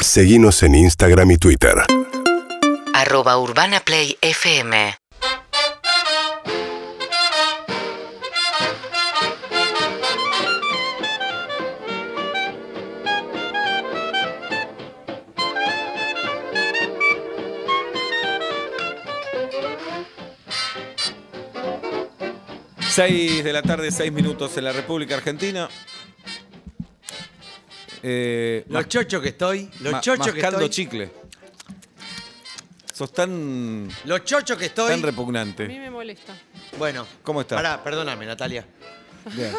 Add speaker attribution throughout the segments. Speaker 1: Seguimos en Instagram y Twitter.
Speaker 2: arroba urbanaplayfm
Speaker 3: Seis de la tarde, seis minutos en la República Argentina. Eh,
Speaker 4: Lo
Speaker 3: mas-
Speaker 4: chocho que estoy, lo
Speaker 3: ma-
Speaker 4: chocho que
Speaker 3: mascando
Speaker 4: estoy.
Speaker 3: chicle. Sos tan,
Speaker 4: Lo chocho que estoy.
Speaker 3: tan
Speaker 5: A mí
Speaker 3: repugnante.
Speaker 5: me molesta.
Speaker 4: Bueno.
Speaker 3: ¿Cómo está?
Speaker 4: Pará, perdóname, Natalia.
Speaker 3: Bien.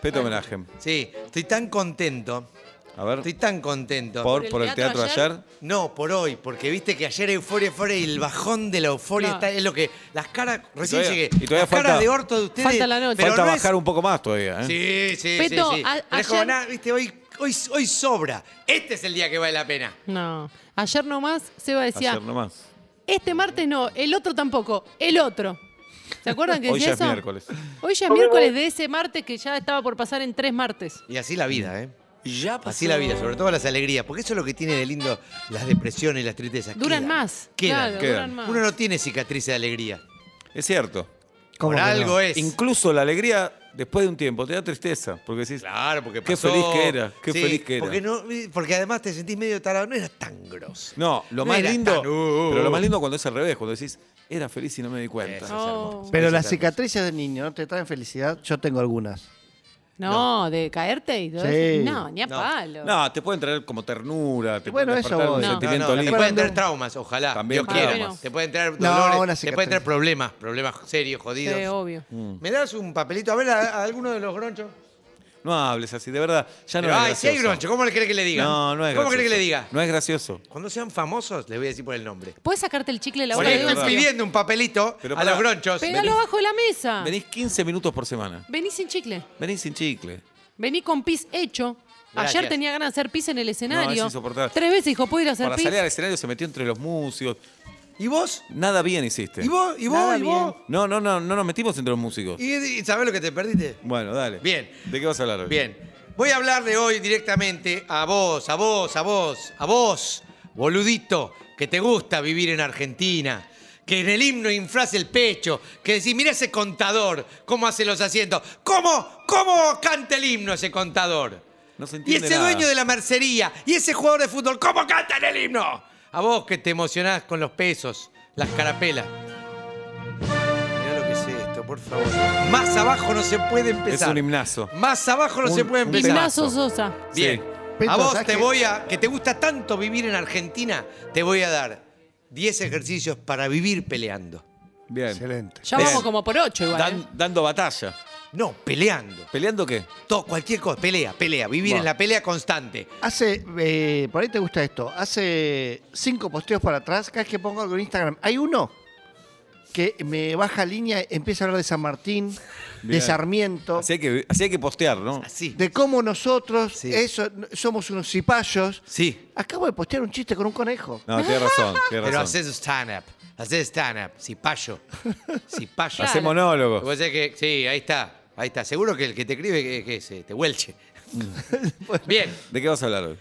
Speaker 3: Peto homenaje.
Speaker 4: Sí, estoy tan contento.
Speaker 3: A ver,
Speaker 4: Estoy tan contento.
Speaker 3: por, por el teatro ayer.
Speaker 4: No, por hoy, porque viste que ayer euforia, euforia y el bajón de la euforia
Speaker 5: Claro.
Speaker 4: está, es lo que. Las caras. Recién
Speaker 3: todavía-
Speaker 4: llegué.
Speaker 3: y todavía
Speaker 4: las
Speaker 3: falta-
Speaker 4: caras de orto de ustedes.
Speaker 5: Falta la noche.
Speaker 4: pero
Speaker 3: Falta
Speaker 4: no es-
Speaker 3: bajar un poco más todavía. ¿eh?
Speaker 4: Sí, sí,
Speaker 5: Peto,
Speaker 4: sí. sí.
Speaker 5: a-
Speaker 4: No es como
Speaker 5: ayer-
Speaker 4: nada, viste, hoy, hoy, hoy sobra. Este es el día que vale la pena.
Speaker 5: No. Ayer nomás Seba decía,
Speaker 3: Ayer nomás.
Speaker 5: este martes no, el otro tampoco, el otro. ¿Se acuerdan que
Speaker 3: Hoy ya
Speaker 5: decía
Speaker 3: es
Speaker 5: eso?
Speaker 3: miércoles.
Speaker 5: Hoy ya es miércoles de ese martes que ya estaba por pasar en tres martes.
Speaker 4: Y así la vida, ¿eh? Así la vida, sobre todo las alegrías, porque eso es lo que tiene de lindo las depresiones y las tristezas.
Speaker 5: Duran
Speaker 4: quedan,
Speaker 5: más.
Speaker 4: Quedan.
Speaker 5: claro,
Speaker 3: quedan.
Speaker 5: duran más.
Speaker 4: Uno no tiene cicatrices de alegría.
Speaker 3: Es cierto.
Speaker 4: Por algo es.
Speaker 3: Incluso la alegría, después de un tiempo, te da tristeza. Porque decís,
Speaker 4: Claro, porque
Speaker 3: Qué
Speaker 4: pasó.
Speaker 3: feliz que era, qué feliz que era.
Speaker 4: Porque, no, porque además te sentís medio tarado, no era tan grosso.
Speaker 3: No, lo
Speaker 4: No
Speaker 3: más
Speaker 4: era
Speaker 3: lindo.
Speaker 4: tan, uh, uh,
Speaker 3: Pero lo
Speaker 4: uh.
Speaker 3: más lindo cuando es al revés, cuando decís, era feliz y no me di cuenta.
Speaker 4: Eso.
Speaker 5: Oh.
Speaker 6: Pero
Speaker 4: Eso
Speaker 6: las
Speaker 4: está
Speaker 6: cicatrices de niño no te traen felicidad. Yo tengo algunas.
Speaker 5: No, de caerte y todo
Speaker 6: Sí.
Speaker 5: eso. No, ni a
Speaker 4: No.
Speaker 5: palo.
Speaker 3: No, te pueden traer como ternura, te
Speaker 6: Bueno,
Speaker 3: pueden
Speaker 6: eso
Speaker 3: despertar un
Speaker 6: voy.
Speaker 5: No.
Speaker 4: No,
Speaker 3: sentimiento
Speaker 4: no, te
Speaker 3: lindo.
Speaker 4: pueden traer traumas, ojalá.
Speaker 3: También
Speaker 4: Dios quiera.
Speaker 5: traumas.
Speaker 4: Te pueden traer
Speaker 6: No,
Speaker 4: dolores,
Speaker 6: una
Speaker 4: te pueden traer
Speaker 6: cicatriz.
Speaker 4: problemas, problemas serios,
Speaker 5: Sí,
Speaker 4: jodidos.
Speaker 5: obvio.
Speaker 4: ¿Me das un papelito? A ver, a, a alguno de los gronchos.
Speaker 3: No hables así, de verdad. Ya no
Speaker 4: Pero,
Speaker 3: es
Speaker 4: ay, si hay
Speaker 3: gracioso.
Speaker 4: groncho, ¿cómo le querés que le diga?
Speaker 3: No, no es
Speaker 4: ¿Cómo querés
Speaker 3: gracioso.
Speaker 4: que le diga?
Speaker 3: No es gracioso.
Speaker 4: Cuando sean famosos, les voy a decir por el nombre.
Speaker 5: ¿Puedes sacarte el chicle de la
Speaker 4: Por
Speaker 5: boca
Speaker 4: ahí
Speaker 5: de
Speaker 3: es
Speaker 4: estoy
Speaker 3: verdad.
Speaker 5: dulce?
Speaker 4: pidiendo un papelito
Speaker 3: Pero
Speaker 4: a
Speaker 3: pará.
Speaker 4: los gronchos.
Speaker 5: Pégalo abajo de la
Speaker 4: Ah.
Speaker 5: mesa. Vení.
Speaker 3: Venís 15 minutos por semana.
Speaker 5: sin chicle.
Speaker 3: Venís sin chicle.
Speaker 5: Vení con pis hecho.
Speaker 4: Gracias.
Speaker 5: Ayer tenía ganas de hacer pis en el escenario.
Speaker 3: insoportable.
Speaker 5: Tres veces dijo, ¿puedo ir a hacer
Speaker 3: Para
Speaker 5: pis?
Speaker 3: salir al escenario se metió entre los músicos.
Speaker 4: ¿Y vos?
Speaker 3: Nada bien hiciste.
Speaker 4: ¿Y vos? ¿Y vos?
Speaker 5: Nada
Speaker 4: ¿Y vos?
Speaker 3: No, no, no, no nos metimos entre los músicos.
Speaker 4: ¿Y, y sabés lo que te perdiste?
Speaker 3: Bueno, dale.
Speaker 4: Bien.
Speaker 3: ¿De qué vas a hablar hoy?
Speaker 4: Bien. Voy a hablarle hoy directamente a vos, a vos, a vos, a vos, boludito, que te gusta vivir en Argentina, que en el himno inflas el pecho, que decís, mira ese contador, cómo hace los asientos, cómo, cómo canta el himno ese contador.
Speaker 3: No se
Speaker 4: y
Speaker 3: entiende
Speaker 4: ese
Speaker 3: nada.
Speaker 4: dueño de la mercería, y ese jugador de fútbol, cómo canta en el himno. A vos que te emocionás con los pesos, las carapelas. Mirá lo que es esto, por favor. Más abajo no se puede
Speaker 3: Es
Speaker 4: empezar.
Speaker 3: un gimnazo.
Speaker 4: Más abajo no
Speaker 3: Un-
Speaker 4: se puede
Speaker 3: un
Speaker 4: empezar.
Speaker 5: Ignacio Sosa.
Speaker 3: Sí.
Speaker 4: Bien.
Speaker 6: Pinto,
Speaker 4: a vos
Speaker 6: ¿sabes
Speaker 4: te
Speaker 6: qué?
Speaker 4: voy a. que te gusta tanto vivir en Argentina, te voy a dar 10 ejercicios para vivir peleando.
Speaker 3: Bien.
Speaker 6: Excelente.
Speaker 5: Ya
Speaker 3: Bien.
Speaker 5: vamos como por ocho igual.
Speaker 3: Dan-
Speaker 5: ¿eh?
Speaker 3: dando batalla.
Speaker 4: No, peleando.
Speaker 3: ¿Peleando qué?
Speaker 4: Todo, cualquier cosa. Pelea, pelea. Vivir
Speaker 3: Bueno.
Speaker 4: en la pelea constante.
Speaker 6: Hace, eh, por ahí te gusta esto, hace cinco posteos para atrás, cada vez que pongo algo en Instagram, hay uno que me baja línea, empieza a hablar de San Martín,
Speaker 3: Bien.
Speaker 6: de Sarmiento,
Speaker 3: Así hay, que, así hay que postear, ¿no?
Speaker 4: Así.
Speaker 6: de cómo nosotros
Speaker 4: Sí.
Speaker 6: eso, somos unos cipayos.
Speaker 4: Sí.
Speaker 6: Acabo de postear un chiste con un conejo.
Speaker 3: No, tienes razón, tienes
Speaker 4: Pero
Speaker 3: razón.
Speaker 4: haces stand-up. Haces stand-up. Si payo. Si payo.
Speaker 3: Hacé monólogo.
Speaker 4: Vos sabés que. Sí, ahí está. Ahí está. Seguro que el que te escribe que, que es, eh, te huelche.
Speaker 5: Mm.
Speaker 4: Bien.
Speaker 3: ¿De qué vas a hablar hoy?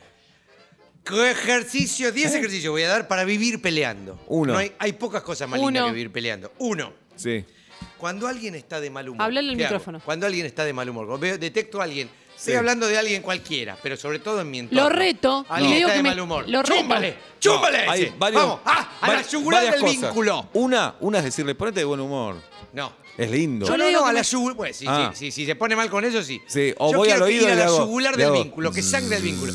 Speaker 4: ¿Qué ejercicio? 10
Speaker 5: ¿Eh?
Speaker 4: ejercicios voy a dar para vivir peleando.
Speaker 3: Uno.
Speaker 4: No hay, hay pocas cosas más
Speaker 5: Uno.
Speaker 4: lindas que vivir peleando. Uno.
Speaker 3: Sí.
Speaker 4: Cuando alguien está de mal humor.
Speaker 5: Hablale al
Speaker 4: ¿qué hago?
Speaker 5: micrófono.
Speaker 4: Cuando alguien está de mal humor. Cuando veo- detecto a alguien. Estoy
Speaker 3: Sí.
Speaker 4: hablando de alguien cualquiera, pero sobre todo en mi entorno.
Speaker 5: Lo reto y
Speaker 4: Alguien
Speaker 5: le digo
Speaker 4: está
Speaker 5: que
Speaker 4: de
Speaker 5: me-
Speaker 4: mal humor.
Speaker 5: lo reto.
Speaker 4: ¡Chúmbale! ¡Chúmbale! a
Speaker 3: Hay
Speaker 4: ese!
Speaker 3: varios-
Speaker 4: Vamos, ah, a la
Speaker 3: vari-
Speaker 4: yugular
Speaker 3: varias
Speaker 4: del
Speaker 3: cosas.
Speaker 4: vínculo.
Speaker 3: Una, una es decirle, ponete de buen humor.
Speaker 4: No.
Speaker 3: Es lindo.
Speaker 5: Yo
Speaker 4: Yo
Speaker 5: le
Speaker 4: no,
Speaker 5: digo
Speaker 4: no,
Speaker 5: que
Speaker 4: a la
Speaker 5: me-
Speaker 4: yugular. Bueno, sí,
Speaker 3: Ah.
Speaker 4: sí, sí, si se pone mal con eso, sí.
Speaker 3: Sí, o
Speaker 4: Yo
Speaker 3: voy
Speaker 4: quiero
Speaker 3: al
Speaker 4: que
Speaker 3: oído
Speaker 4: ir a
Speaker 3: y le
Speaker 4: la
Speaker 3: hago-
Speaker 4: yugular
Speaker 3: le
Speaker 4: del
Speaker 3: hago- Mm.
Speaker 4: vínculo, que sangre del vínculo.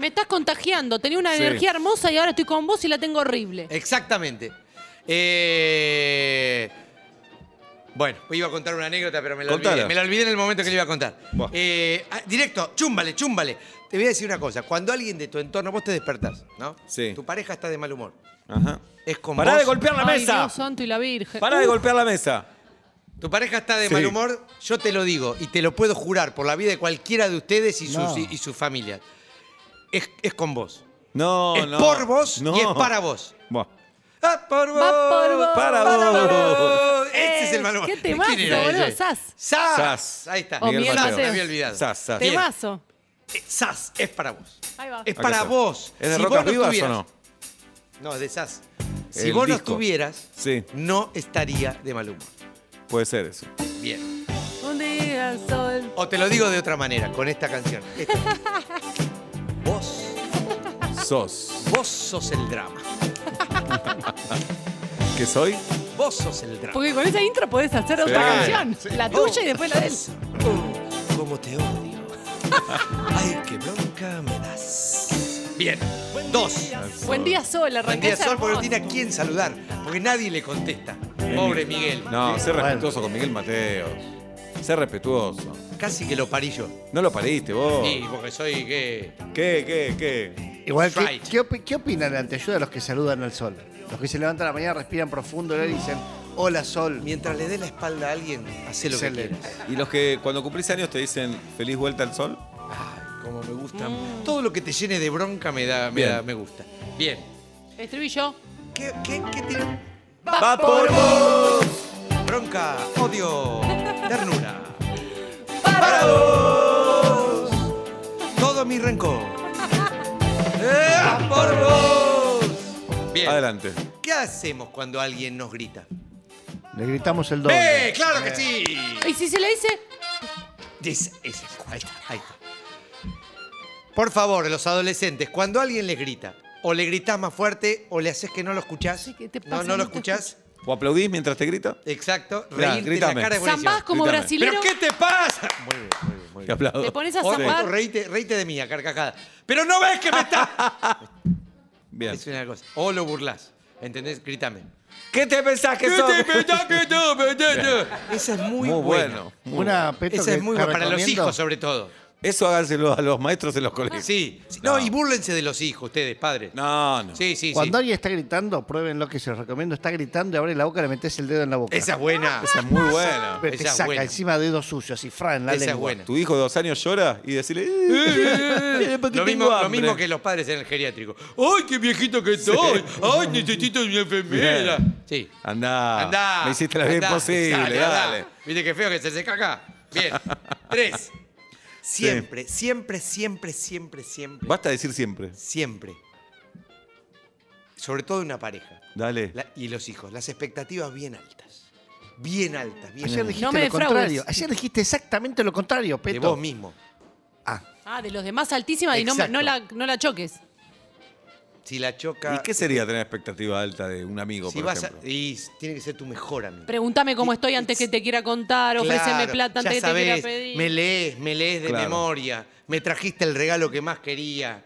Speaker 5: Me estás contagiando. Tenía una
Speaker 3: Sí.
Speaker 5: energía hermosa y ahora estoy con vos y la tengo horrible.
Speaker 4: Exactamente. Eh, Bueno, iba a contar una anécdota, pero me la,
Speaker 3: Contala.
Speaker 4: olvidé. Me la olvidé en el momento que le iba a contar.
Speaker 3: Buah.
Speaker 4: Eh, ah, directo, chúmbale, chúmbale. Te voy a decir una cosa. Cuando alguien de tu entorno, vos te despertás, ¿no?
Speaker 3: Sí.
Speaker 4: Tu pareja está de mal humor.
Speaker 3: Ajá.
Speaker 4: Es con
Speaker 3: Pará
Speaker 4: vos. Uh.
Speaker 3: de golpear la
Speaker 5: Ay,
Speaker 3: mesa.
Speaker 5: Dios santo y la Virgen. Uh,
Speaker 3: Pará de golpear la mesa.
Speaker 4: Tu pareja está de
Speaker 3: Sí.
Speaker 4: mal humor, yo te lo digo y te lo puedo jurar por la vida de cualquiera de ustedes y sus, y, y sus familias. Es, es con vos.
Speaker 3: No,
Speaker 4: es
Speaker 3: no.
Speaker 4: por vos
Speaker 3: No.
Speaker 4: y es para vos.
Speaker 3: Buah.
Speaker 4: ¡Ah, por vos!
Speaker 5: Va por vos.
Speaker 3: Para vos.
Speaker 4: Ese es el
Speaker 5: Eh,
Speaker 4: mal humor.
Speaker 5: qué
Speaker 4: ¿De quién
Speaker 5: temazo,
Speaker 4: era
Speaker 5: boludo,
Speaker 4: ese?
Speaker 5: Sas.
Speaker 4: ¡Sas!
Speaker 3: Sas.
Speaker 4: Ahí está.
Speaker 5: O
Speaker 3: Miguel
Speaker 5: Miguel
Speaker 4: Sas,
Speaker 3: Mateo.
Speaker 4: me había
Speaker 5: Mateos.
Speaker 4: olvidado.
Speaker 3: Sas, sas.
Speaker 4: Bien.
Speaker 5: Temazo.
Speaker 4: eh, Sas, es para vos.
Speaker 5: Ahí va.
Speaker 4: Es
Speaker 3: Acá
Speaker 4: para
Speaker 3: está.
Speaker 4: vos.
Speaker 3: ¿Es de
Speaker 4: Si
Speaker 3: Roca
Speaker 4: vos no
Speaker 3: Vivas o
Speaker 4: estuvieras-
Speaker 3: no?
Speaker 4: No, es de Sas. Si
Speaker 3: El
Speaker 4: vos no
Speaker 3: disco.
Speaker 4: estuvieras,
Speaker 3: Sí.
Speaker 4: no estaría de mal humor.
Speaker 3: Puede ser eso.
Speaker 4: Bien.
Speaker 5: Un día el sol.
Speaker 4: O te lo digo de otra manera, con esta canción. Esta. vos,
Speaker 3: Sos.
Speaker 4: vos sos el drama.
Speaker 3: ¿Qué soy?
Speaker 4: Vos sos el drama.
Speaker 5: Porque con esa intro podés hacer otra
Speaker 3: Claro,
Speaker 5: canción.
Speaker 4: sí. Uh.
Speaker 5: La tuya y después la de él.
Speaker 4: Oh, cómo te odio. Ay, qué bronca me das. Bien. Dos.
Speaker 5: Buen día, Sol.
Speaker 4: Buen
Speaker 5: Arranqué
Speaker 4: día,
Speaker 5: esa
Speaker 4: Sol, porque no
Speaker 5: hermosa.
Speaker 4: tiene a quién saludar. Porque nadie le contesta. Pobre Miguel.
Speaker 3: No, sé
Speaker 6: Bueno.
Speaker 3: respetuoso con Miguel Mateos. Sé respetuoso.
Speaker 4: Casi que lo parillo.
Speaker 3: No lo pariste vos.
Speaker 4: Sí, porque soy que.
Speaker 3: ¿Qué, qué, qué?
Speaker 6: Igual, ¿qué,
Speaker 4: Right.
Speaker 6: qué, opi- qué opinan de Anteyuda de los que saludan al sol? Los que se levantan a la mañana, respiran profundo y dicen, hola sol.
Speaker 4: Mientras le dé la espalda a alguien, hace lo que
Speaker 6: Excelente.
Speaker 4: quieras.
Speaker 3: ¿Y los que cuando cumplís años te dicen feliz vuelta al sol?
Speaker 4: Ay, como me gusta. Todo lo que te llene de bronca me da, me,
Speaker 3: Bien.
Speaker 4: da- me gusta. Bien.
Speaker 5: Estribillo.
Speaker 4: ¿Qué, qué, qué tiene?
Speaker 3: ¡Va por vos!
Speaker 4: Bronca, odio, ternura.
Speaker 5: Para
Speaker 4: Todo mi rencor. ¡Eh, por vos! Bien.
Speaker 3: Adelante.
Speaker 4: ¿Qué hacemos cuando alguien nos grita?
Speaker 6: Le gritamos el doble.
Speaker 4: ¡Eh, claro que sí!
Speaker 5: Y si se le dice.
Speaker 4: Esa, esa. Ahí está, ahí está. Por favor, los adolescentes, cuando alguien les grita, o le gritás más fuerte, o le haces que no lo escuchás.
Speaker 5: Sí, ¿qué te
Speaker 4: No,
Speaker 5: pasa?
Speaker 4: no lo
Speaker 5: No te
Speaker 4: escuchás.
Speaker 3: ¿O aplaudís mientras te grita?
Speaker 4: Exacto.
Speaker 3: Mirá,
Speaker 4: Reírte en
Speaker 3: grítame.
Speaker 4: la cara es buenísimo.
Speaker 5: Zambás como
Speaker 3: Gritame.
Speaker 5: brasilero.
Speaker 4: ¿Pero qué te pasa? Muy bien, muy bien, muy
Speaker 3: Te
Speaker 4: bien.
Speaker 3: aplaudo.
Speaker 5: Te pones a
Speaker 4: O,
Speaker 5: zambás.
Speaker 4: o reíte, reíte de mí a carcajada. Pero no ves que me está.
Speaker 3: Bien.
Speaker 4: Es una cosa. O lo burlás. ¿Entendés? Grítame.
Speaker 3: ¿Qué te pensás que
Speaker 4: ¿Qué
Speaker 3: sos?
Speaker 4: te pensás que no, me- no, no? Esa es muy,
Speaker 3: Muy
Speaker 4: buena.
Speaker 3: bueno.
Speaker 6: Una peto
Speaker 4: Esa
Speaker 6: que
Speaker 4: es muy
Speaker 6: te
Speaker 4: buena. Para los
Speaker 6: recomiendo.
Speaker 4: hijos, sobre todo.
Speaker 3: Eso háganselo a los maestros en los colegios.
Speaker 4: Sí. Sí. No,
Speaker 3: Ah. No.
Speaker 4: y búrlense de los hijos, ustedes, padres.
Speaker 3: No, no.
Speaker 4: Sí, sí, sí.
Speaker 6: Cuando alguien está gritando, prueben lo que se los recomiendo. Está gritando y abre la boca y le metes el dedo en la boca.
Speaker 4: Esa es buena.
Speaker 3: Esa es muy buena.
Speaker 6: Pero te
Speaker 4: esa es
Speaker 6: saca
Speaker 4: buena.
Speaker 6: encima dedo sucio, así, Fran, la
Speaker 4: Esa es
Speaker 6: lengua.
Speaker 4: buena.
Speaker 3: Tu hijo de dos años llora y decirle. "Eh,
Speaker 4: Lo mismo, lo mismo que los padres en el geriátrico. ¡Ay, qué viejito que soy! ¡Ay, necesito una enfermera!
Speaker 3: Bien.
Speaker 4: Sí.
Speaker 3: Andá.
Speaker 4: Andá.
Speaker 3: Me hiciste la vida
Speaker 4: andá,
Speaker 3: imposible.
Speaker 4: andá,
Speaker 3: dale.
Speaker 4: andá. Viste qué feo que se seca acá. Bien. Tres. Siempre, siempre, siempre, siempre, siempre.
Speaker 3: Basta decir siempre.
Speaker 4: Siempre. Sobre todo una pareja.
Speaker 3: Dale.
Speaker 4: La- y los hijos. Las expectativas bien altas. Bien altas. Bien
Speaker 6: Ayer
Speaker 4: altas.
Speaker 6: dijiste
Speaker 5: No me
Speaker 6: lo
Speaker 5: defraudes.
Speaker 6: contrario. Ayer dijiste exactamente lo contrario, Peto.
Speaker 4: De vos mismo.
Speaker 6: Ah,
Speaker 5: Ah, de los demás altísima y no,
Speaker 4: Exacto.
Speaker 5: no la, no la choques.
Speaker 4: Si la choca.
Speaker 3: ¿Y qué sería tener expectativa alta de un amigo,
Speaker 4: si
Speaker 3: por
Speaker 4: vas a-
Speaker 3: ejemplo?
Speaker 4: y tiene que ser tu mejor amigo.
Speaker 5: Pregúntame cómo estoy antes que te quiera contar. Ofréceme
Speaker 4: Claro,
Speaker 5: plata
Speaker 4: ya
Speaker 5: antes que te
Speaker 4: sabés,
Speaker 5: quiera pedir.
Speaker 4: Me lees, me lees de
Speaker 3: Claro.
Speaker 4: memoria. Me trajiste el regalo que más quería.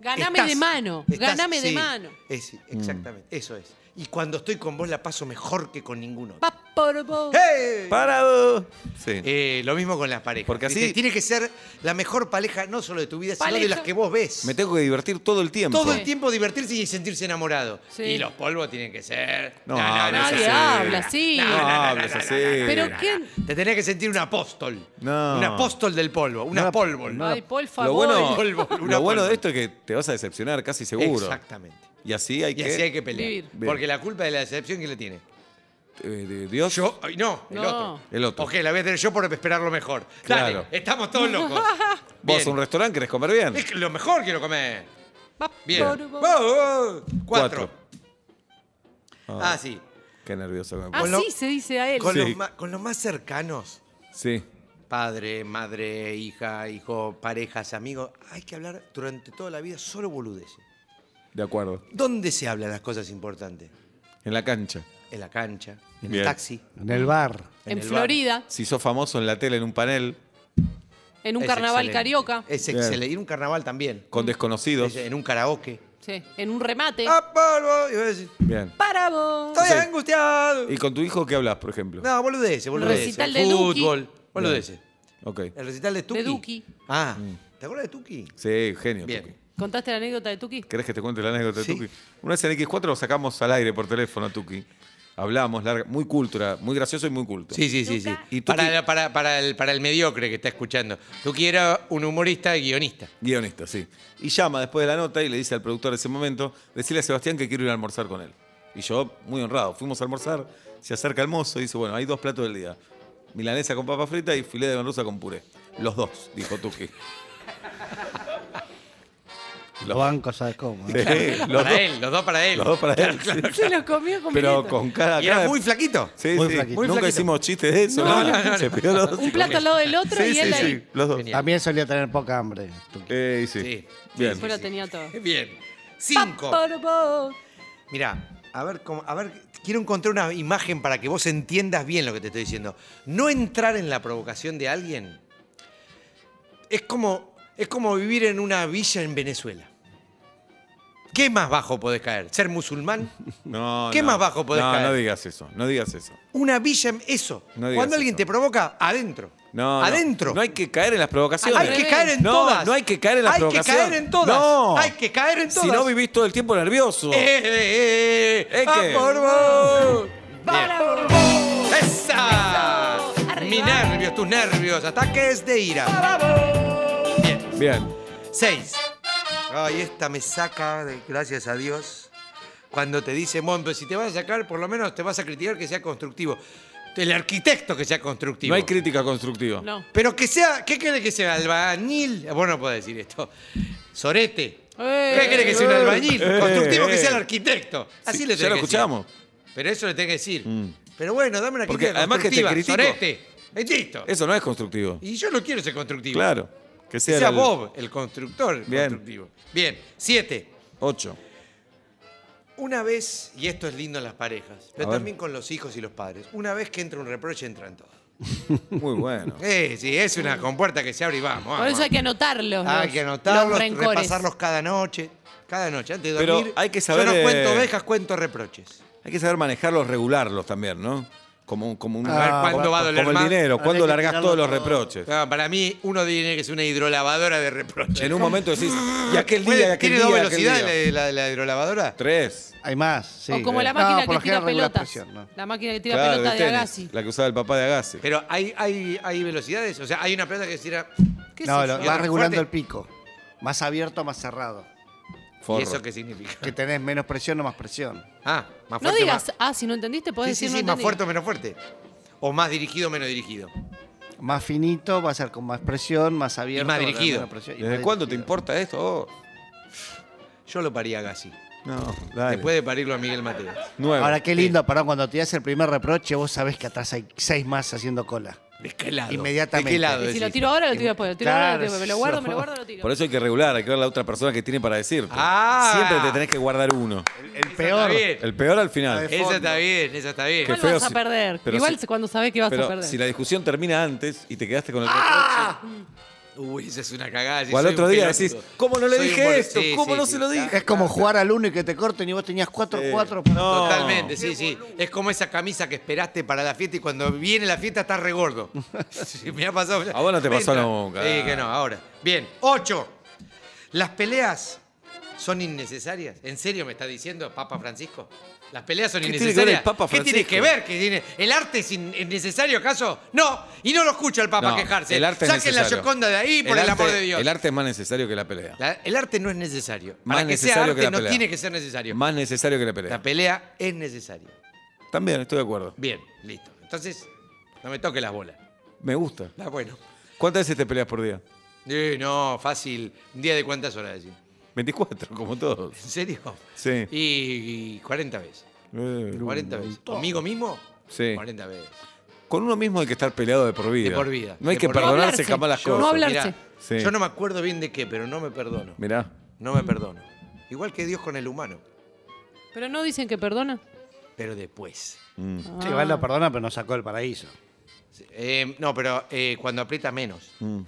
Speaker 5: Ganame
Speaker 4: Estás-
Speaker 5: de mano.
Speaker 4: estás-
Speaker 5: ganame de
Speaker 4: sí,
Speaker 5: mano.
Speaker 4: es- sí, exactamente, eso es. Y cuando estoy con vos la paso mejor que con ninguno.
Speaker 5: Pa, por vos.
Speaker 4: ¡Hey!
Speaker 3: ¡Para vos! Sí.
Speaker 4: Eh, lo mismo con las parejas.
Speaker 3: Porque así-
Speaker 4: Viste, Tiene que ser la mejor pareja, no solo de tu vida, sino de
Speaker 5: Pareja.
Speaker 4: las que vos ves.
Speaker 3: Me tengo que divertir todo el tiempo.
Speaker 4: Todo el
Speaker 5: Sí.
Speaker 4: tiempo divertirse y sentirse enamorado.
Speaker 5: Sí.
Speaker 4: Y los polvos tienen que ser.
Speaker 3: No,
Speaker 5: no Nadie
Speaker 4: es así.
Speaker 5: habla así.
Speaker 4: No,
Speaker 3: No,
Speaker 4: no, no, no,
Speaker 3: hables
Speaker 4: no,
Speaker 3: así.
Speaker 4: no, no,
Speaker 5: Pero
Speaker 4: no, no.
Speaker 5: quién-
Speaker 4: Te tenés que sentir un apóstol.
Speaker 3: No.
Speaker 4: Un apóstol del polvo. Un
Speaker 6: No,
Speaker 4: apóstol.
Speaker 6: no.
Speaker 5: Ay, por favor.
Speaker 3: Lo bueno,
Speaker 4: Polvo, una
Speaker 3: lo bueno
Speaker 4: polvo.
Speaker 3: de esto es que te vas a decepcionar casi seguro.
Speaker 4: Exactamente.
Speaker 3: Y así hay
Speaker 4: Y
Speaker 3: que.
Speaker 4: así hay que pelear.
Speaker 5: Vivir.
Speaker 3: Bien.
Speaker 4: Porque la culpa de la decepción, ¿quién la tiene?
Speaker 3: eh, de Dios.
Speaker 4: Yo, ay, no, el
Speaker 5: No.
Speaker 4: otro.
Speaker 3: El otro.
Speaker 4: Ok, la voy a tener yo por esperar lo mejor. Dale,
Speaker 3: Claro.
Speaker 4: estamos todos locos.
Speaker 3: Vos
Speaker 4: Bien.
Speaker 3: a un restaurante querés comer bien.
Speaker 4: Es que lo mejor quiero comer.
Speaker 5: Pa,
Speaker 4: Bien.
Speaker 5: por vos.
Speaker 4: Oh, oh, Cuatro.
Speaker 3: Cuatro.
Speaker 4: Ah, sí. Ah.
Speaker 3: Qué nervioso que me pongo.
Speaker 5: Así
Speaker 4: lo-
Speaker 5: se dice a él.
Speaker 4: Con,
Speaker 3: Sí.
Speaker 4: los ma- con los más cercanos,
Speaker 3: Sí.
Speaker 4: padre, madre, hija, hijo, parejas, amigos, hay que hablar durante toda la vida solo boludeces.
Speaker 3: De acuerdo.
Speaker 4: ¿Dónde se hablan las cosas importantes?
Speaker 3: En la cancha.
Speaker 4: En la cancha, en
Speaker 3: Bien.
Speaker 4: el taxi,
Speaker 6: en el bar.
Speaker 4: el
Speaker 5: en
Speaker 4: bar.
Speaker 5: Florida,
Speaker 3: Si sos famoso en la tele, en un panel,
Speaker 5: en un
Speaker 4: Es
Speaker 5: carnaval
Speaker 4: excelente.
Speaker 5: carioca.
Speaker 4: Es
Speaker 3: Bien.
Speaker 4: excelente. Y en un carnaval también.
Speaker 3: con desconocidos.
Speaker 4: Es- En un karaoke.
Speaker 5: Sí, en un remate.
Speaker 4: ¡Ah, polvo! Y vos decís,
Speaker 3: Bien.
Speaker 5: Para vos.
Speaker 4: Estoy angustiado.
Speaker 3: ¿Y con tu hijo qué hablas, por ejemplo?
Speaker 4: No, boludece, boludece.
Speaker 5: Recital de
Speaker 4: Fútbol. Boludece.
Speaker 3: Ok.
Speaker 4: El recital de Tuki.
Speaker 5: De Duki.
Speaker 4: Ah, ¿te acuerdas de Tuki?
Speaker 3: Sí, genio.
Speaker 4: Bien.
Speaker 3: Tuki.
Speaker 5: ¿Contaste la anécdota de Tuki?
Speaker 3: ¿Querés que te cuente la anécdota de
Speaker 4: Sí.
Speaker 3: Tuki? Una vez en X4 lo sacamos al aire por teléfono a Tuki. Hablamos, larga, muy culto, era muy gracioso y muy culto.
Speaker 4: Sí, sí, sí, sí.
Speaker 3: ¿Y Tuki?
Speaker 4: para, para, para, el, para el mediocre que está escuchando. Tuki era un humorista y guionista.
Speaker 3: Guionista, sí. Y llama después de la nota y le dice al productor de ese momento, decirle a Sebastián que quiero ir a almorzar con él. Y yo, muy honrado, fuimos a almorzar, se acerca el mozo y dice, bueno, hay dos platos del día. Milanesa con papa frita y filé de merluza con puré. Los dos, dijo Tuki.
Speaker 6: Lo banco, ¿sabes cómo? eh?
Speaker 3: Sí, los,
Speaker 4: para
Speaker 3: dos,
Speaker 4: él, los dos para él.
Speaker 3: los dos para él. sí.
Speaker 5: Se lo comió completo.
Speaker 3: Pero con cada
Speaker 4: Y era
Speaker 3: cara-
Speaker 4: muy flaquito.
Speaker 3: Sí,
Speaker 6: Muy
Speaker 3: sí.
Speaker 6: flaquito.
Speaker 3: Nunca
Speaker 4: Muy
Speaker 3: hicimos chistes de eso.
Speaker 5: No,
Speaker 3: nada.
Speaker 4: no, no,
Speaker 3: Se
Speaker 4: no.
Speaker 3: pegó los dos.
Speaker 5: Un plato al lado del otro
Speaker 3: Sí,
Speaker 5: y
Speaker 3: sí,
Speaker 5: él ahí.
Speaker 3: sí, los dos.
Speaker 4: Genial.
Speaker 6: Eh, También solía tener poca hambre. Tuki.
Speaker 3: Eh, sí.
Speaker 4: Sí.
Speaker 3: Bien.
Speaker 5: Después lo tenía todo.
Speaker 4: Bien. Cinco.
Speaker 5: Paporobo.
Speaker 4: Mirá, a ver, cómo- a ver, quiero encontrar una imagen para que vos entiendas bien lo que te estoy diciendo. No entrar en la provocación de alguien es como, es como vivir en una villa en Venezuela. ¿Qué más bajo podés caer? ¿Ser musulmán?
Speaker 3: No,
Speaker 4: ¿Qué
Speaker 3: no.
Speaker 4: más bajo podés
Speaker 3: No,
Speaker 4: caer?
Speaker 3: no digas eso. No digas eso.
Speaker 4: Una villa en eso.
Speaker 3: No digas
Speaker 4: Cuando alguien
Speaker 3: eso.
Speaker 4: te provoca, adentro.
Speaker 3: No, no.
Speaker 4: adentro.
Speaker 3: No, hay que caer en las provocaciones.
Speaker 4: Hay que caer en
Speaker 3: no,
Speaker 4: todas.
Speaker 3: No hay que caer en las
Speaker 4: Hay que
Speaker 3: provocaciones.
Speaker 4: caer en todas.
Speaker 3: No.
Speaker 4: Hay que caer en
Speaker 3: Si
Speaker 4: todas.
Speaker 3: no vivís todo el tiempo nervioso.
Speaker 4: ¡Eh, eh, eh!
Speaker 3: Es
Speaker 4: ¡Va
Speaker 3: que-
Speaker 4: por vos!
Speaker 5: Para
Speaker 4: Bien. ¡Esa!
Speaker 5: Eso, arriba.
Speaker 4: Mi nervios, tus nervios, ataques de ira. Bien.
Speaker 3: Bien.
Speaker 4: Seis. Ay, esta me saca, de- gracias a Dios. Cuando te dice, bueno, pero si te vas a sacar, por lo menos te vas a criticar que sea constructivo. El arquitecto que sea constructivo.
Speaker 3: No hay crítica constructiva.
Speaker 5: No.
Speaker 4: Pero que sea, ¿qué quiere que sea? Albañil. Bueno, no puedo decir esto. Sorete.
Speaker 5: Eh.
Speaker 4: ¿Qué quiere que sea un albañil?
Speaker 3: Eh.
Speaker 4: Constructivo que sea el arquitecto. Así
Speaker 3: Sí,
Speaker 4: le
Speaker 3: ya
Speaker 4: tenés
Speaker 3: lo
Speaker 4: que decir.
Speaker 3: escuchamos.
Speaker 4: Pero eso le tengo que decir.
Speaker 3: Mm.
Speaker 4: Pero bueno, dame una
Speaker 3: Porque
Speaker 4: crítica
Speaker 3: además que te
Speaker 4: constructiva.
Speaker 3: critico.
Speaker 4: Sorete. Es listo.
Speaker 3: Eso no es constructivo.
Speaker 4: Y yo no quiero ser constructivo.
Speaker 3: Claro. Que
Speaker 4: Que
Speaker 3: sea,
Speaker 4: sea
Speaker 3: el
Speaker 4: Bob, el constructor
Speaker 3: Bien.
Speaker 4: constructivo. Bien. Siete.
Speaker 3: Ocho.
Speaker 4: Una vez, y esto es lindo en las parejas, pero
Speaker 3: A ver.
Speaker 4: también con los hijos y los padres, una vez que entra un reproche, entran todos.
Speaker 3: Muy bueno.
Speaker 4: Eh, sí, es una compuerta que se abre y vamos. vamos.
Speaker 5: Por eso hay que anotarlos.
Speaker 4: Hay
Speaker 5: los-
Speaker 4: que anotarlos,
Speaker 5: los rencores.
Speaker 4: repasarlos cada noche. Cada noche, antes de
Speaker 3: Pero
Speaker 4: dormir.
Speaker 3: hay que saber,
Speaker 4: Yo no
Speaker 3: eh,
Speaker 4: cuento ovejas, cuento reproches.
Speaker 3: Hay que saber manejarlos, regularlos también, ¿no? Como, un- como un.
Speaker 6: A ver, ¿cuándo
Speaker 3: como-
Speaker 4: va a doler
Speaker 3: Como
Speaker 4: más?
Speaker 3: el dinero.
Speaker 6: Habrá
Speaker 3: ¿Cuándo
Speaker 6: que
Speaker 3: largás todos los
Speaker 6: tirarlo todo.
Speaker 3: reproches?
Speaker 4: No, para mí, uno tiene que ser una hidrolavadora de reproches.
Speaker 3: En un momento decís, y aquel
Speaker 4: Ah, Puede-
Speaker 3: día, y aquel
Speaker 4: ¿Tiene
Speaker 3: día.
Speaker 4: dos
Speaker 3: y aquel
Speaker 4: velocidades
Speaker 3: día.
Speaker 4: la, la- la hidrolavadora?
Speaker 3: Tres.
Speaker 6: Hay más, sí. Eh,
Speaker 5: o como la
Speaker 6: No,
Speaker 5: máquina
Speaker 6: por lo
Speaker 5: que tira
Speaker 6: general regula
Speaker 5: pelotas.
Speaker 6: presión, ¿no?
Speaker 5: La máquina que tira
Speaker 3: Claro,
Speaker 5: pelota de,
Speaker 3: tenis,
Speaker 5: Agassi.
Speaker 3: La que usaba el papá de Agassi.
Speaker 4: Pero hay, hay, hay velocidades. O sea, hay una pelota que se tira. ¿Qué es
Speaker 6: No,
Speaker 4: eso?
Speaker 6: lo- va regulando el pico. Más abierto, más cerrado.
Speaker 3: Forro.
Speaker 4: ¿Y eso qué significa?
Speaker 6: Que tenés menos presión o más presión.
Speaker 4: Ah, más fuerte.
Speaker 5: No digas,
Speaker 4: más-
Speaker 5: ah, si no entendiste,
Speaker 4: Sí,
Speaker 5: podés
Speaker 4: sí,
Speaker 5: decir
Speaker 4: sí,
Speaker 5: no
Speaker 4: más
Speaker 5: entendí.
Speaker 4: fuerte o menos fuerte. O más dirigido o menos dirigido.
Speaker 6: Más finito, va a ser con más presión, más abierto.
Speaker 4: más
Speaker 6: va a tener
Speaker 4: dirigido.
Speaker 6: menos presión y
Speaker 3: ¿Desde
Speaker 6: más
Speaker 3: cuándo te
Speaker 6: dirigido.
Speaker 3: importa esto? Oh,
Speaker 4: Yo lo paría Gassi.
Speaker 3: No, dale.
Speaker 4: Después de parirlo a Miguel Mateos.
Speaker 3: Nueve.
Speaker 6: Ahora, qué lindo, perdón, cuando te das el primer reproche, vos sabés que atrás hay seis más haciendo cola.
Speaker 4: ¿De qué lado?
Speaker 6: Inmediatamente.
Speaker 4: ¿De qué lado?
Speaker 5: Y si
Speaker 4: decís?
Speaker 5: lo tiro ahora, lo tiro después. Lo tiro ahora,
Speaker 6: Claro,
Speaker 5: lo tiro- me lo
Speaker 6: eso.
Speaker 5: guardo, me lo guardo, lo tiro.
Speaker 3: Por eso hay que regular, hay que ver la otra persona que tiene para decirte.
Speaker 4: Ah.
Speaker 3: Siempre te tenés que guardar uno.
Speaker 6: El
Speaker 4: Está
Speaker 6: peor.
Speaker 4: bien.
Speaker 3: El peor al final.
Speaker 6: Ay,
Speaker 4: Esa
Speaker 6: fondo.
Speaker 4: está bien, esa está bien.
Speaker 3: Qué
Speaker 5: Igual
Speaker 3: feo
Speaker 5: vas a
Speaker 3: si-
Speaker 5: perder.
Speaker 3: pero
Speaker 5: Igual
Speaker 3: si-
Speaker 5: cuando sabés que vas a
Speaker 3: Pero
Speaker 5: perder.
Speaker 3: si la discusión termina antes y te quedaste con el reproche,
Speaker 4: Uy, esa es una cagada.
Speaker 3: o al
Speaker 4: Ah. soy
Speaker 3: otro
Speaker 4: un
Speaker 3: día
Speaker 4: pelotudo.
Speaker 3: decís, ¿cómo no le
Speaker 4: Soy un
Speaker 3: dije
Speaker 4: boludo".
Speaker 3: esto?
Speaker 4: Sí,
Speaker 3: ¿Cómo
Speaker 4: sí,
Speaker 3: no
Speaker 4: sí,
Speaker 3: se lo
Speaker 4: está-
Speaker 3: dije?
Speaker 6: Es como jugar al uno y que te corten y vos tenías cuatro,
Speaker 3: Sí.
Speaker 6: cuatro. Ah.
Speaker 3: No.
Speaker 4: Totalmente, sí, sí. Es como esa camisa que esperaste para la fiesta y cuando viene la fiesta estás regordo. Sí, me ha pasado.
Speaker 3: A vos no te pasó
Speaker 4: Entra.
Speaker 3: nunca.
Speaker 4: Sí, que no, ahora. Bien, ocho. Las peleas son innecesarias. ¿En serio me está diciendo Papa Francisco? Las peleas son
Speaker 3: ¿Qué tiene que ver
Speaker 4: innecesarias.
Speaker 3: el Papa
Speaker 4: ¿Qué tiene que
Speaker 3: Francisco?
Speaker 4: ver? ¿Que tiene- ¿El arte es in- innecesario acaso? No, y no lo escucho al Papa
Speaker 3: No,
Speaker 4: quejarse.
Speaker 3: El arte es
Speaker 4: Saquen la
Speaker 3: necesario.
Speaker 4: Gioconda de ahí, por el,
Speaker 3: arte-
Speaker 4: amor de Dios.
Speaker 3: El arte es más necesario que la pelea.
Speaker 4: La- el arte no es necesario.
Speaker 3: Más
Speaker 4: Para que sea
Speaker 3: necesario
Speaker 4: arte
Speaker 3: que la
Speaker 4: no
Speaker 3: pelea.
Speaker 4: tiene que ser necesario.
Speaker 3: Más necesario que la
Speaker 4: La
Speaker 3: pelea.
Speaker 4: pelea es necesaria.
Speaker 3: También, estoy de acuerdo.
Speaker 4: Bien, listo. Entonces, no me toque las bolas.
Speaker 3: Me gusta.
Speaker 4: Está bueno.
Speaker 3: ¿Cuántas veces te peleas por día?
Speaker 4: Eh, no, fácil. ¿Un día de cuántas horas decir?
Speaker 3: 24, como todos.
Speaker 4: ¿En serio?
Speaker 3: Sí.
Speaker 4: Y, y 40 veces.
Speaker 3: Eh,
Speaker 4: 40 veces. ¿Conmigo mismo?
Speaker 3: Sí.
Speaker 4: 40 veces.
Speaker 3: Con uno mismo hay que estar peleado de por vida.
Speaker 4: De por vida.
Speaker 3: No hay
Speaker 4: De
Speaker 3: que
Speaker 4: por vida.
Speaker 3: perdonarse
Speaker 5: No
Speaker 3: jamás las cosas.
Speaker 5: hablarse. No hablarse.
Speaker 4: Mirá,
Speaker 3: Sí.
Speaker 4: Yo no me acuerdo bien de qué, pero no me perdono.
Speaker 3: Mirá.
Speaker 4: No me perdono. Igual que Dios con el humano.
Speaker 5: Pero no dicen que perdona.
Speaker 4: Pero después.
Speaker 3: Mm.
Speaker 6: Sí, igual lo perdona, pero nos sacó el paraíso.
Speaker 4: Eh, no, pero eh, cuando aprieta menos.
Speaker 3: Mm.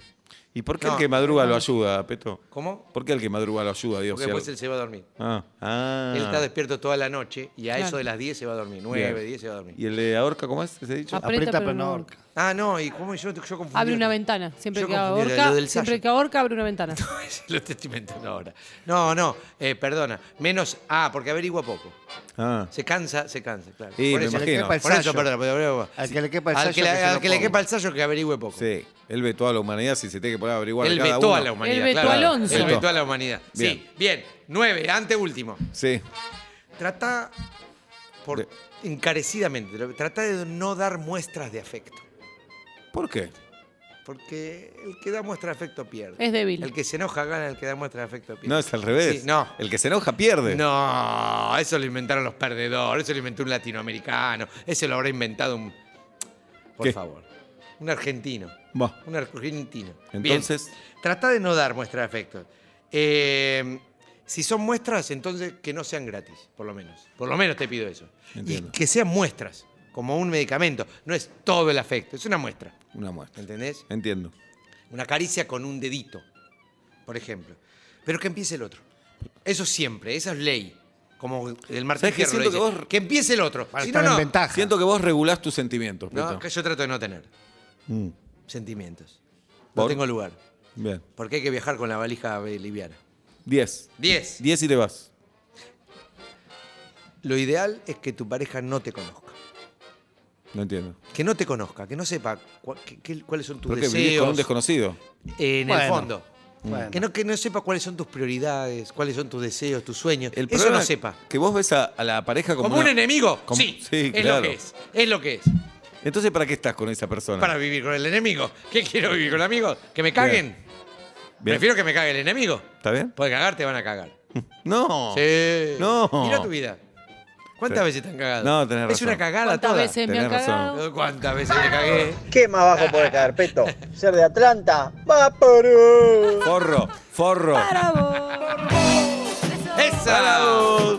Speaker 3: ¿Y por qué
Speaker 4: No,
Speaker 3: el que madruga lo ayuda, Peto?
Speaker 4: ¿Cómo?
Speaker 3: ¿Por qué el que madruga lo ayuda, Dios?
Speaker 4: Porque
Speaker 3: Si
Speaker 4: después
Speaker 3: al-
Speaker 4: él se va a dormir.
Speaker 3: Ah. Ah.
Speaker 4: Él está despierto toda la noche y a eso
Speaker 5: Claro.
Speaker 4: de las 10 se va a dormir. 9,
Speaker 3: Bien.
Speaker 4: 10 se va a dormir.
Speaker 3: ¿Y el de Ahorca, cómo es? ¿Se ha dicho?
Speaker 5: Ah,
Speaker 6: Aprieta,
Speaker 5: Aprieta,
Speaker 6: pero
Speaker 5: pero
Speaker 6: no
Speaker 5: no
Speaker 6: ahorca.
Speaker 4: Ah, no, y cómo yo, yo confundí.
Speaker 5: Abre una ventana. Siempre
Speaker 4: Yo
Speaker 5: que
Speaker 4: confundí lo-
Speaker 5: ahorca,
Speaker 4: lo del Ah,
Speaker 5: siempre
Speaker 4: sayo.
Speaker 5: que ahorca, abre una ventana.
Speaker 4: Lo estoy inventando ahora. No, no, eh, perdona. Menos. Ah, porque averigua poco.
Speaker 3: Ah.
Speaker 4: Se cansa, se cansa, claro.
Speaker 3: Sí,
Speaker 4: por
Speaker 3: me
Speaker 4: eso,
Speaker 6: Le
Speaker 3: imagino.
Speaker 6: quepa el
Speaker 4: por eso,
Speaker 6: sayo.
Speaker 4: perdona, porque averigua poco.
Speaker 6: Al que le quepa el
Speaker 4: Al
Speaker 6: sayo
Speaker 4: que, le-
Speaker 6: que se
Speaker 4: al
Speaker 6: lo
Speaker 4: que le
Speaker 6: ponga.
Speaker 4: quepa el sayo que averigüe poco.
Speaker 3: Sí. Él ve toda la humanidad si se tiene que poner a averiguar
Speaker 4: Él
Speaker 3: a cada
Speaker 4: vetó
Speaker 3: uno.
Speaker 4: a la humanidad.
Speaker 5: Él vetó a
Speaker 4: claro.
Speaker 5: Alonso.
Speaker 4: Él vetó a la humanidad. Sí,
Speaker 3: Bien.
Speaker 4: bien. Nueve, ante último.
Speaker 3: Sí.
Speaker 4: Trata, por,
Speaker 3: De-
Speaker 4: encarecidamente, trata de no dar muestras de afecto.
Speaker 3: ¿Por qué?
Speaker 4: Porque el que da muestra de afecto pierde.
Speaker 5: Es débil.
Speaker 4: El que se enoja gana, el que da muestra de afecto pierde.
Speaker 3: No, es al revés.
Speaker 4: Sí, no.
Speaker 3: El que se enoja pierde.
Speaker 4: No, eso lo inventaron los perdedores, eso lo inventó un latinoamericano, eso lo habrá inventado un. Por
Speaker 3: ¿Qué?
Speaker 4: favor. Un argentino.
Speaker 3: Bah.
Speaker 4: Un argentino. Bien.
Speaker 3: Entonces-
Speaker 4: Trata de no dar muestras de afecto. Eh, si son muestras, entonces que no sean gratis, por lo menos. Por lo menos te pido eso.
Speaker 3: Entiendo.
Speaker 4: Y que sean muestras, como un medicamento. No es todo el afecto, es una muestra.
Speaker 3: Una muestra.
Speaker 4: ¿Entendés?
Speaker 3: Entiendo.
Speaker 4: Una caricia con un dedito, por ejemplo. Pero que empiece el otro. Eso siempre, esa es ley. Como el Martín
Speaker 3: ¿Sabés que
Speaker 4: Fierro lo
Speaker 3: siento que
Speaker 4: dice.
Speaker 3: vos-
Speaker 4: Que empiece el otro.
Speaker 6: Para
Speaker 4: Si no,
Speaker 6: estar en
Speaker 4: no.
Speaker 6: ventaja.
Speaker 3: Siento que vos regulás tus sentimientos,
Speaker 4: No,
Speaker 3: Pito.
Speaker 4: que yo trato de no tener
Speaker 3: Mm,
Speaker 4: sentimientos. No
Speaker 3: ¿Por?
Speaker 4: tengo lugar.
Speaker 3: Bien.
Speaker 4: Porque hay que viajar con la valija eh, liviana.
Speaker 3: Diez.
Speaker 4: Diez.
Speaker 3: Diez y te vas.
Speaker 4: Lo ideal es que tu pareja no te conozca.
Speaker 3: No entiendo.
Speaker 4: Que no te conozca, que no sepa cua- que- que- cuáles son tus
Speaker 3: ¿Por qué vivís con un
Speaker 4: deseos
Speaker 3: desconocido?
Speaker 4: en el
Speaker 6: Bueno.
Speaker 4: fondo.
Speaker 6: Bueno.
Speaker 4: Que, no, que no sepa cuáles son tus prioridades, cuáles son tus deseos, tus sueños.
Speaker 3: El
Speaker 4: Eso
Speaker 3: problema
Speaker 4: no
Speaker 3: es
Speaker 4: sepa.
Speaker 3: Que vos ves a, a la pareja como,
Speaker 4: Como, un
Speaker 3: una-
Speaker 4: enemigo.
Speaker 3: como-
Speaker 4: sí,
Speaker 3: sí,
Speaker 4: es
Speaker 3: claro.
Speaker 4: lo que es. Es lo que es.
Speaker 3: Entonces, ¿para qué estás con esa persona?
Speaker 4: Para vivir con el enemigo. ¿Qué quiero vivir con amigos? ¿Que me caguen?
Speaker 3: Bien.
Speaker 4: Prefiero que me cague el enemigo.
Speaker 3: ¿Está bien?
Speaker 4: Porque cagar te van a cagar.
Speaker 3: No.
Speaker 4: Sí.
Speaker 3: No.
Speaker 4: Mira tu vida. ¿Cuántas
Speaker 3: Sí.
Speaker 4: veces te han cagado?
Speaker 3: No, tenés
Speaker 4: Es
Speaker 3: razón.
Speaker 4: una cagada
Speaker 5: ¿Cuántas
Speaker 4: toda.
Speaker 5: veces me han
Speaker 3: Tenés razón.
Speaker 5: cagado?
Speaker 4: Eh, ¿Cuántas veces te cagué?
Speaker 7: ¿Qué más bajo puede caer, Peto? ¿Ser de Atlanta? ¡Va Perú!
Speaker 3: Forro, forro.
Speaker 4: ¡Esa!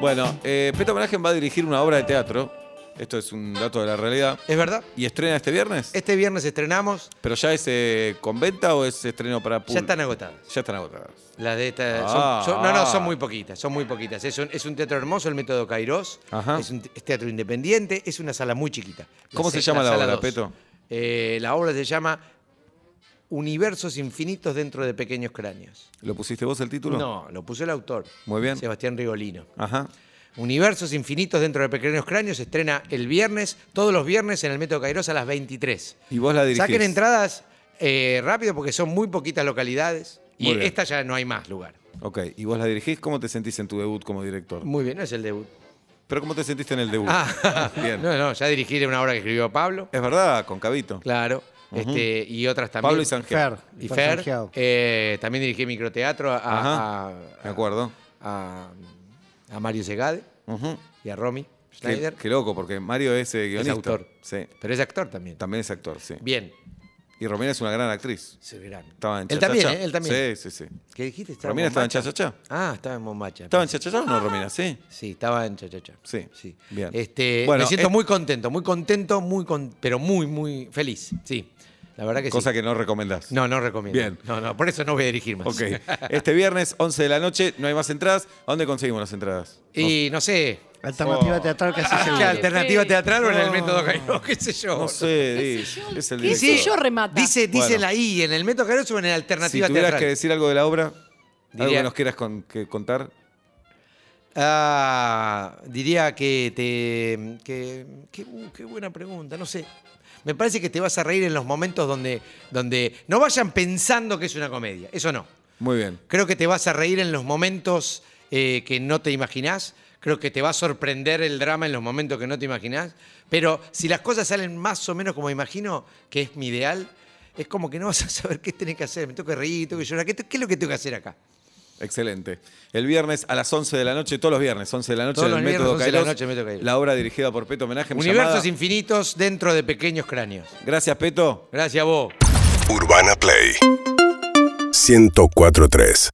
Speaker 3: Bueno, eh, Peto Managen va a dirigir una obra de teatro. Esto es un dato de la realidad.
Speaker 4: ¿Es verdad?
Speaker 3: ¿Y estrena este viernes?
Speaker 4: Este viernes estrenamos.
Speaker 3: ¿Pero ya es eh, con venta o es estreno para público?
Speaker 4: Ya están agotadas.
Speaker 3: Ya están agotadas.
Speaker 4: Las de esta. son-
Speaker 3: Ah.
Speaker 4: son- no, no, son muy poquitas, son muy poquitas. Es un, es un teatro hermoso, el método Kairos.
Speaker 3: Ajá.
Speaker 4: Es un te- es teatro independiente, es una sala muy chiquita. La
Speaker 3: ¿Cómo se
Speaker 4: se-
Speaker 3: llama la
Speaker 4: sala
Speaker 3: obra,
Speaker 4: dos.
Speaker 3: Peto?
Speaker 4: Eh, la obra se llama Universos infinitos dentro de pequeños cráneos.
Speaker 3: ¿Lo pusiste vos el título?
Speaker 4: No, lo puso el autor.
Speaker 3: Muy bien.
Speaker 4: Sebastián Rigolino.
Speaker 3: Ajá.
Speaker 4: Universos infinitos dentro de pequeños cráneos se estrena el viernes, todos los viernes en el método Kairos a las 23.
Speaker 3: Y vos la dirigís.
Speaker 4: Saquen entradas eh, rápido porque son muy poquitas localidades
Speaker 3: Muy
Speaker 4: y
Speaker 3: bien.
Speaker 4: esta ya no hay más lugar.
Speaker 3: Ok, y vos la dirigís. ¿Cómo te sentís en tu debut como director?
Speaker 4: Muy bien, no es el debut.
Speaker 3: Pero ¿cómo te sentiste en el debut?
Speaker 4: Ah,
Speaker 3: Bien.
Speaker 4: no, no, ya dirigí una obra que escribió Pablo,
Speaker 3: Es verdad, con Cabito.
Speaker 4: claro, este, y otras también.
Speaker 3: Pablo y Sangel.
Speaker 6: Fer.
Speaker 4: Y
Speaker 6: Fer
Speaker 4: Fer,
Speaker 6: Sanjeao.
Speaker 4: eh, también dirigí microteatro a,
Speaker 3: Ajá,
Speaker 4: a-
Speaker 3: Me acuerdo.
Speaker 4: a- a Mario Segade
Speaker 3: Ujú.
Speaker 4: y a Romy Schneider.
Speaker 3: Qué, qué loco, porque Mario es eh,
Speaker 4: es
Speaker 3: guionista.
Speaker 4: autor.
Speaker 3: Sí.
Speaker 4: Pero es actor también.
Speaker 3: También es actor, sí.
Speaker 4: Bien,
Speaker 3: Y Romina es una gran actriz.
Speaker 4: se verán.
Speaker 3: Estaba en
Speaker 4: Él
Speaker 3: Cha Cha
Speaker 4: también,
Speaker 3: Cha.
Speaker 4: ¿eh? él también.
Speaker 3: Sí, sí, sí.
Speaker 4: ¿Qué dijiste? Estaba
Speaker 3: ¿Romina estaba en
Speaker 4: Momacha.
Speaker 3: Chachachá?
Speaker 4: Ah, estaba en Momacha.
Speaker 3: ¿Estaba en Chachachá
Speaker 4: Ah,
Speaker 3: o no, Romina? Sí.
Speaker 4: Sí, estaba en Chachachá.
Speaker 3: Sí,
Speaker 4: sí.
Speaker 3: bien.
Speaker 4: Este,
Speaker 3: Bueno,
Speaker 4: me siento
Speaker 3: eh-
Speaker 4: muy contento, muy contento, muy con- pero muy, muy feliz. Sí, la verdad que
Speaker 3: Cosa
Speaker 4: sí.
Speaker 3: que no recomendás.
Speaker 4: No, no recomiendo.
Speaker 3: Bien.
Speaker 4: No, no, por eso no voy a dirigir más.
Speaker 3: Ok. Este viernes, 11 de la noche, no hay más entradas. ¿A dónde conseguimos las entradas?
Speaker 4: Y no sé,
Speaker 6: Alternativa
Speaker 3: Oh.
Speaker 6: teatral casi
Speaker 4: ¿qué
Speaker 5: Ah, Ay,
Speaker 6: seguro.
Speaker 4: alternativa
Speaker 5: sí.
Speaker 4: teatral o en el método Cairo? ¿Qué sé yo?
Speaker 3: No sé, Di.
Speaker 5: sé yo?
Speaker 3: Es el
Speaker 5: ¿Qué
Speaker 3: director.
Speaker 5: sé yo? remata.
Speaker 4: Dice, dice
Speaker 3: Bueno.
Speaker 4: la I, ¿en el método Cairo o en el
Speaker 3: Si
Speaker 4: alternativa
Speaker 3: tuvieras
Speaker 4: teatral?
Speaker 3: que decir algo de la obra, algo
Speaker 4: Diría-
Speaker 3: que nos quieras con- que contar.
Speaker 4: Ah, diría que te. Que, que- uh, qué buena pregunta, no sé. Me parece que te vas a reír en los momentos donde, donde. No vayan pensando que es una comedia, eso no.
Speaker 3: Muy bien.
Speaker 4: Creo que te vas a reír en los momentos eh, que no te imaginás. Creo que te va a sorprender el drama en los momentos que no te imaginás. Pero si las cosas salen más o menos como imagino, que es mi ideal, es como que no vas a saber qué tenés que hacer. Me tengo que reír, tengo que llorar. ¿Qué, te- qué es lo que tengo que hacer acá?
Speaker 3: Excelente. El viernes a las 11 de la noche, todos los viernes, 11 de la noche,
Speaker 4: Todos
Speaker 3: en el
Speaker 4: los viernes,
Speaker 3: método
Speaker 4: 11 de la
Speaker 3: Kairos,
Speaker 4: noche, Método Kairos.
Speaker 3: La obra dirigida por Peto Homenaje.
Speaker 4: Universos infinitos dentro de pequeños cráneos.
Speaker 3: Gracias, Peto.
Speaker 4: Gracias a vos.
Speaker 1: Urbana Play 104.3